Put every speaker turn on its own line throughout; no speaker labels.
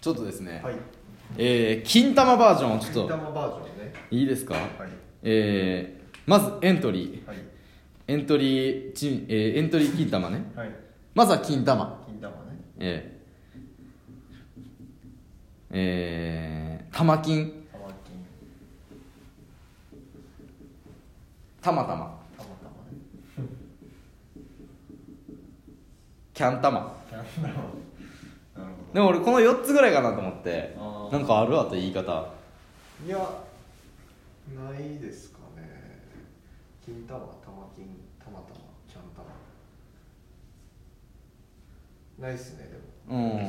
ちょっとですね、
はい
えー金玉バージョンをちょ
金
っと
玉バージョンね
いいですか、
はい
えーまずエントリー
はい
エントリーチ、えーエントリー金玉ね
はい
まずは金玉
金玉ね
えーえー、玉金
玉金
たまたま
玉玉ね
キャン玉
キャン玉なるほ
でも俺この4つぐらいかなと思って
あー
なんかあるあと言い方
どいやないですかね金玉玉金玉玉キャン玉ないっすねでも
うん
金玉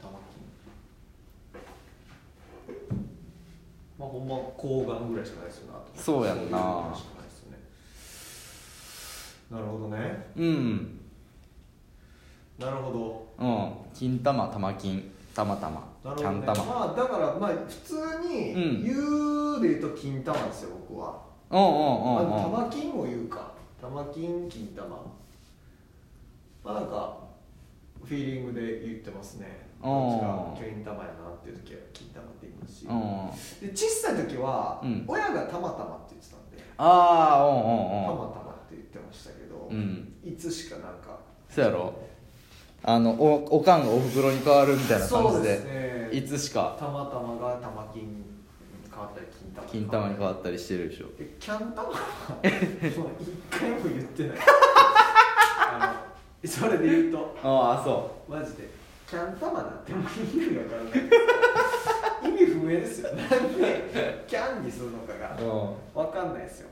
玉金まあほんま睾丸ぐらいしかないですよなと
そうやんな
そういうのしかないっすねなるほどね
うん
なるほ
うん金玉玉金たまたま
どなるほ
キャ
ど、ね
ン、玉
まあだからまあ普通に
うん
言うで言うと金玉ですよ僕は、
うんうん
ま
うんうん
あ、玉金も言うか玉金金玉まあなんかフィーリングで言ってますね
あー
こっちが金玉やなっていう時は金玉って言いますし、
うん
で小さい時は、
うん
親がたまたまって言ってたんで
ああ
たま
うんうんうん
たまって言ってましたけど、
うん
いつしかなんか
そうやろあのおおかんがおふくろに変わるみたいな感
そう
じ
で
です
ね
いつしか
たまたまが玉金に変わったり金玉
金玉に変わ
っ
ったりしてるでしょ
たりえキャン玉はもう一回も言ってないあのそれで言うと
ああそ
マジでキャン玉なんてもう意味わからない意味不明ですよなんでキャンにするのかが
う
わかんないですよ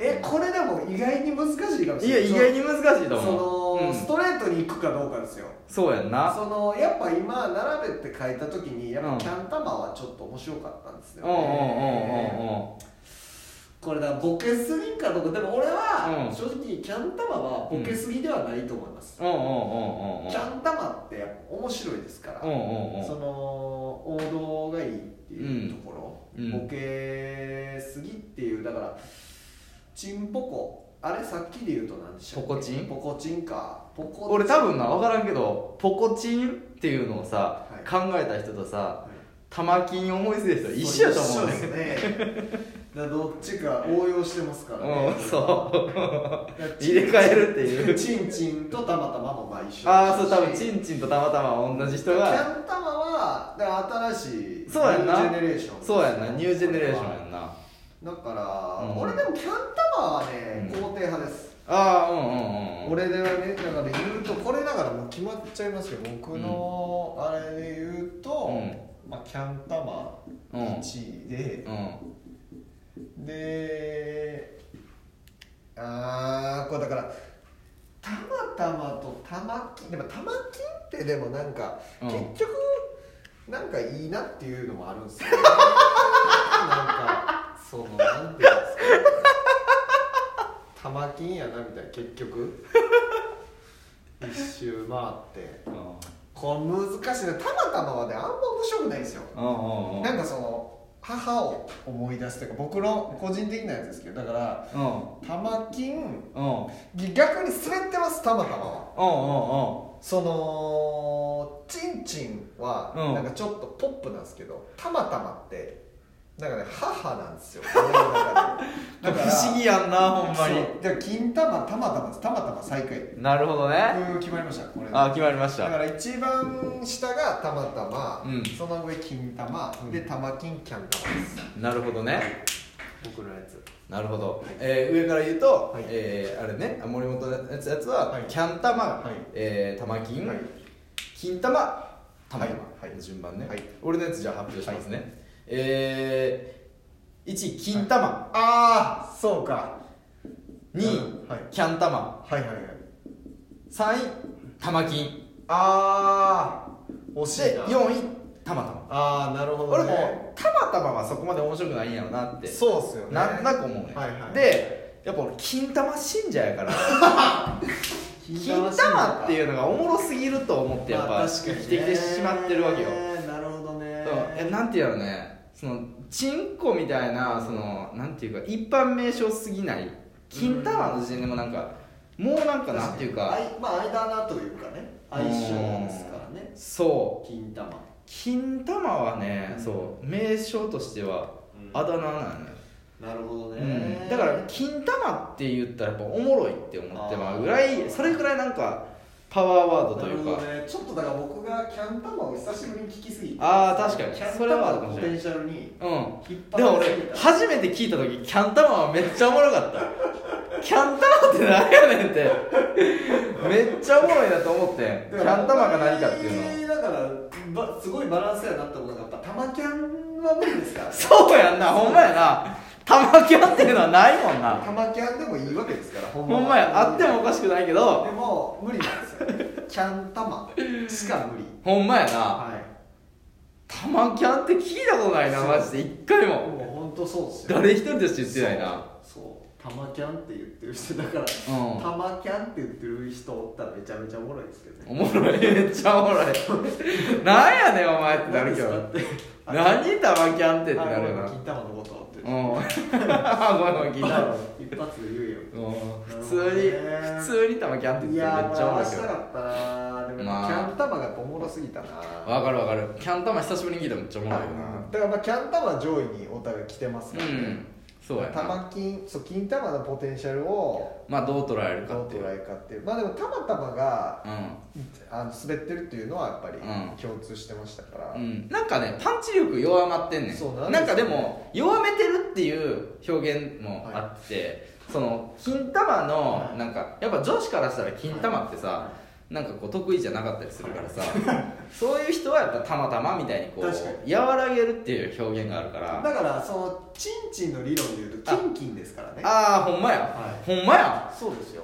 えこれでも意外に難しいかもし
いや
れない
意外に難しいと
そ
思う
の、
うん
ストレートに行くかどうかですよ
そうやんな
そのやっぱ今並べて書いた時にやっ
う
ぱ
ん
キャン玉はちょっと面白かったんです
う
よ
んうんうん
ねこれだからボケすぎんかどうかでも俺は
うん
正直キャン玉はボケすぎではないと思います、
うんうんうんうんうんうん
キャン玉ってやっぱ面白いですから、
うんうんうん
その王道がいいっていうところ、
うんうん
ボケすぎっていうだからチンポコあれさっきで言うと何でしたっけ
ポコチン
ポコチンかポコチン
俺多分な分からんけどポコチンっていうのをさ、
はい
考えた人とさ
はい
玉金思いついた人一緒やと思うね
一緒ですねだからどっちか応用してますからね
うんそう
だからチン
入れ替えるっていう
チンチンとたまたまもまあ一緒
ああそう多分
ン
チンチンとたまたま同じ
キ
人が
ャンタマはだから新しい
そうやんな
ニュージェネレーション
そうやんなニュージェネレーションやんなあ
だから、
うん
俺でもキャンタマはね
うん
肯定派です、
あーうんうんうん
俺ではねだから言うとこれだからもう決まっちゃいますよ僕のあれで言うと、まあ、キャンタマ1位で、
う
であーこれだからたまたまとたまきでもたまきってでもなんか、
うん
結局なんかいいなっていうのもあるん ですよ、ね、なんかそのなんていうんですかたまきんやなみたいな結 局一周回って
んうん
これ難しいなたまたまはねあんま面白くないんですよ
うんうんうん
なんかその母を思い出すというか僕の個人的なやつですけどだから
うん
玉金
うん
逆に滑ってますたまたまは
う
そのチンチンは
うん
なんかちょっとポップなんですけどたまたまってなんかね母なんですよ俺の中で
んうん 不思議やんなほんまに
そうだから金玉たまたまですたまたま最下位
なるほどね
うん決まりましたこれで
あー決まりまし
だか
た
ら一番下がたまたま、
うん
その上金玉、
うん
で玉金キャン玉です
なるほどね
僕のやつ
なるほど、えー上から言うと、
はい
えーあれね森本のやつやつは、
はい
キャン玉、
はい
えー玉金、
はい
金玉玉玉、
はいはい
順番ね、
はい
俺のやつじゃあ発表しますね、えー、1金玉、
ああそうか
二
うんはい
キャン玉
はいはいはい
3位玉金
ああ惜しい
で
な
4位玉玉
ああなるほ
俺
ど、ね、
も玉玉はそこまで面白くないんやろなって
そうっすよね
なんとなく思うね、
はいはい
でやっぱ俺金玉信者やから金玉っていううのがおもろすぎると思ってやっぱ生きてきてしまってるわけよ、
なるほどね
そうえなんていうのねそのチンコみたいなそのなんていうか一般名称すぎない金玉の時点でもなんかもうなんかなんていうか
あいまあ間穴というかね相性ですから
そう
金玉
金玉はね、そう名称としては
うん
あだ名なのよ、
なるほど
う
ね
んだから金玉って言ったらやっぱおもろいって思ってまうぐらいそれぐらいなんかパワーワード
な
とい
る
う
ほど
か、
ねちょっとだから僕がキャンタマを久しぶりに聞きすぎて
ああ確かに
キャン
それはある
玉
か
の
も
ポ
し
テ
れない
ンシャルに
うん
引っ張
でも
ら
俺
れすぎた
初めて聞いた時キャンタマはめっちゃおもろかったキャンタマって何やねんってめっちゃおもろいなと思ってんキャンタマが何かっていうの
のだからばすごいバランスやなって思うのがやっぱ玉キャンは無理ですから
そうやんなほんまやな玉キャンっていうのはないもんな
玉キャンでもいいわけですからほ
ほんまやあってもおかしくないけど
でも無理なんですよキャン玉しか無理
ほんまやな
はい
玉キャンって聞いたことないなマジで一回も
もう本当そうですよ
誰一人として言ってないな
そうそう玉キャンって言ってる人だから
うん
玉キャンって言ってる人おったらめちゃめちゃおもろいですけどね
おもろいめっちゃおもろいなんやねんお前ってなるけど
何ですか
何玉キャンって
っ
っててなるよ
あ
な
金玉のことって
うんごめんごめん聞いた
一発で言えよ
うん普通に普通に玉キャンって言っ
い
て
や
め
ー
っちゃおもろ
回
いけ
した
ど
かったなーでも
まあ
キャン玉がやっぱおもろすぎたな
わかるわかるキャン玉久しぶりに聞いたらめっちゃおもろいよ
うんだからまあキャン玉上位にお互い来てますか
な
ら
うんそうやな
玉金そう金玉のポテンシャルを
まあどう捉える
ど
か
う
っていう
捉えるかっていうまあでもたまたまが
う
あの滑ってるっていうのはやっぱり
うん
共通してましたから、
ん、うん、なんかねパンチ力弱まってんねん
そう
な
なんんですよ
かでも弱めてるっていう表現もあって、その金玉のなんかやっぱ女子からしたら金玉ってさ、
は
なんかこう得意じゃなかったりするからさ、そういう人はやっぱたまたまみたいにこ
確か
う和らげるっていう表現があるから
だからそのチンチンの理論でいうとキンキンですからね
ああほんまや、
は
ほんまや
そうですよ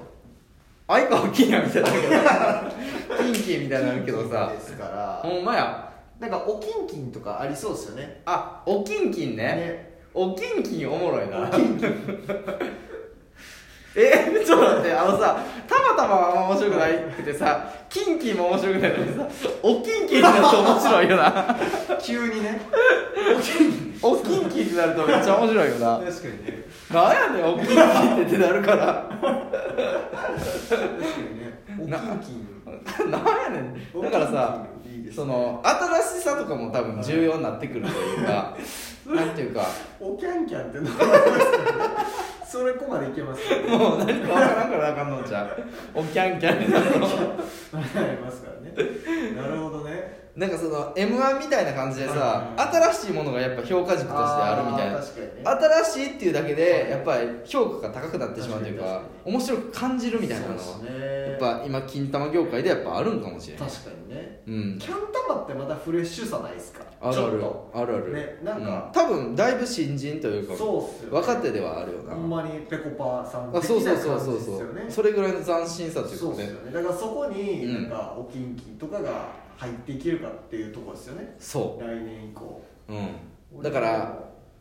相川金やみたいになる けどキンキみたいになるけどさ
キンキンですから
ほんまや
なんかおキンキンとかありそうですよね
あおキンキンね
ね
おキンキンおもろいな えちょっと待ってあのさたまたまはあんま面白くないくてさキンキンも面白くないのにさおキンキンになると面白いよな
急にね
おキンキンになるとめっちゃ面白いよな
確かにね
なんやねんおキンキンってってなるから
確かにねお
な
キンキン
なんやねんだからさ
おキンキンいいです
その新しさとかも多分重要になってくるというかなんていうか
おキャンキャンってな それこまでいけます
もう何かわからんからあかんのじゃうおキャンキャンになるの
ありますからねなるほどね
なんかその m 1みたいな感じでさ、
はい
新しいものがやっぱ評価軸としてあるみたい
あ
な
ー確かにね
新しいっていうだけでやっぱり評価が高くなってしまうというか
確かに確か
面白く感じるみたいなの
そう
は、
ですね
やっぱ今金玉業界でやっぱあるんかもしれない、
確かにね
うん、
キャン玉ってまたフレッシュさないですか
あ
ち
る
ょ
あ
っ
る
と
あるある、
ねなんか
う多分だいぶ新人というか
そうっすよね
若手ではあるよな
ほんまにぺこぱさん
あ
的
そうそ
な
うそう
感じ
そう
です
そ
よ
う、
ね
それぐらいの斬新さという
そう
か
で
ね
すよねだからそこに
う
なんんかおキンキンとかが入っていけるかっていうところですよね
そ
来年以降
ううんだから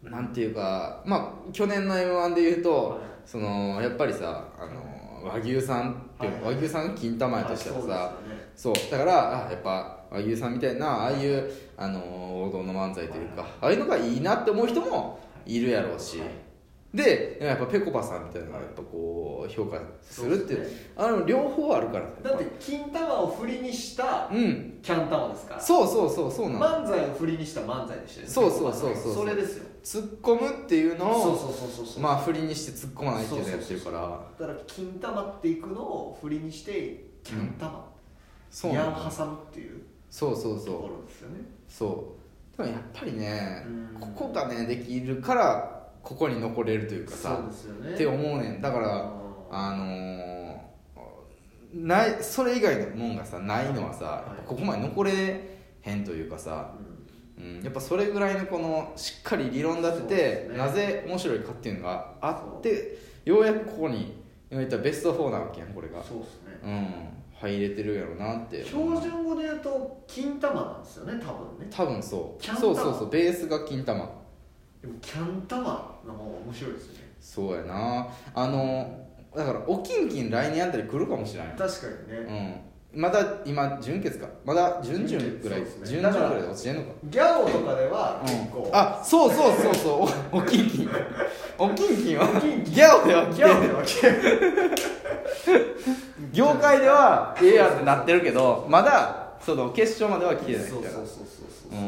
なんていうかまあ去年の m 1で言うと、
はい
そのやっぱりさあの和牛さんって、
はい
和牛さんが金玉やとしたらさ、
あそうですよね
そうだからあやっぱ和牛さんみたいなああいうあの王道の漫才というか、ああいうのがいいなって思う人もいるやろうし、
はい
でやっぱぺこぱさんみたいなのがやっぱこう評価するっていう
そうです
あの両方あるから
だって金玉を振りにした
うん
キャン玉ですから
そうそうそうそうなの
漫才を振りにした漫才でしたよね
そうそうそうそう
それですよ
突っ込むっていうのを
そうそうそうそうそう
まあ振りにして突っ込まないっていうのやってるから
だから金玉っていくのを振りにしてキャン玉、
そうな
矢
の
を挟むっていう
そうそう
と
そう
ころですよね
そうでもやっぱりね
うん
ここがねできるからここに残れるというかさ
そうですよね
って思うねんだから
あ
あのーないそれ以外のもんがさないのはさ、
はい
やっぱここまで残れへんというか
ー、
さ、
うん
うん、やっぱそれぐらいのこのしっかり理論立
そ
て
うで
て、
すね
なぜ面白いかっていうのがあってようやくここに今言ったらベスト4なわけやんこれが
そうですね
うん入れてるやろなって
標準語で言うと金玉なんですよね多分ね
多分そう
キャンタ
そうそうそうベースが金玉
でもキャン玉の方が面白いですね
そうやなあのだからおきんきん来年あたり来るかもしれない
確かにね、
うんまだ今準決かまだ準々ぐらい
準決そうです
準
ね
々ぐらいで落ちてんのか
ギャオとかでは
う
結構、
ん、あそうそうそうそうおおきんきんおきんきんは
おきんきん
ギャオでは
ギャオでは結構
業界ではええやんってなってるけどまだその決勝までは来てない
そう
み
そ
たいな
うそうそうそう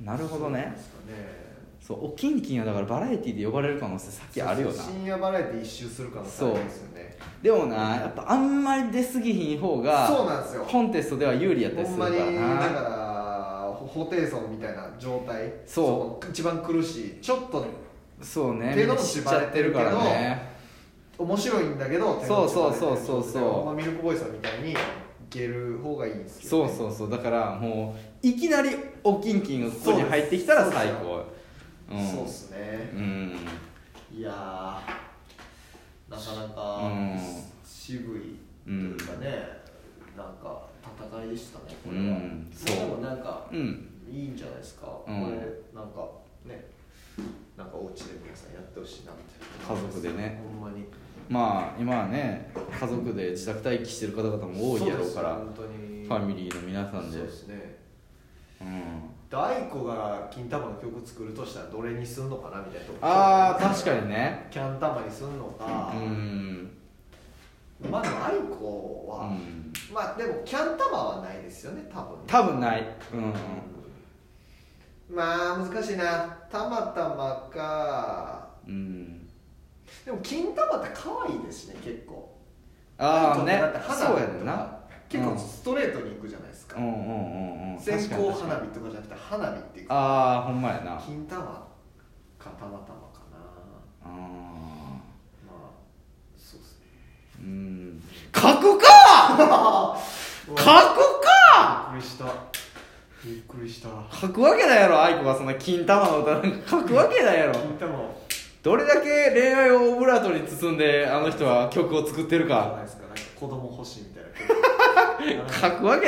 うんなるほど
そう
ね
ですかね
そうおきんきんはだからバラエティで呼ばれる可能性さっきあるよな
深夜バラエティ一周する可能性ありますよね
でもなやっぱあんまり出過ぎひん方が
そうなんですよ
コンテストでは有利やったり
ほ
す
ん
るか
ま
ら
にだか
な
らホテイソンみたいな状態
そ
の一番苦しいちょっと
そうねみ
手
ん
の
な
内
知っちゃってるから
バレてる
ね
面白いんだけど
そうそうそうそうそう
ほんまミルクボーイさんみたいにいける方がいいんです
そ
よ、ね、
うそうそうだからもういきなりおきんきんがここに入ってきたら最高ん
そうっすね
うん
いやーなかなか、
うん
渋いというかね、なんか戦いでしたねこれは、
うんそう
でもなんか
うん
いいんじゃないですか、
うん
これなんかねなんかお家で皆さんやってほしいなって
家族でね
ほんまに
まあ今はね家族で自宅待機してる方々も多いやろうから
そうですよ本当に
ファミリーの皆さんで
そう
う
ですね
ん
大子が金玉の曲作るとしたらどれにすんのかなみたいなとこ
ああ確かにね
キャン玉にすんのか
う、ん
まあでも愛子
う
は、
ん
まあでもキャン玉はないですよね多分
多分ないうん
まあ難しいなたまたまか
うん
でも金玉って可愛いですね結構
ああね
だって花火と
そう
か
やんな
結
う
構
ん
ストレートに行くじゃないですか、
うんうんうんうん
線香
確か
花
に確か
火
に
とかじゃなくて花火っていうか
ああほんまやな
金玉かたまたまかな
あ
まあそうですね
ーうん書くか書くか
びっくりしたびっくりした
書くわけないやろ愛子がそんな金玉の歌なんか書くわけないやろ
金玉を
どれだけ恋愛をオブラートに包んであの人は曲を作ってる
じゃ
か
ないですかなんか子供欲しいみたいな
書くわけ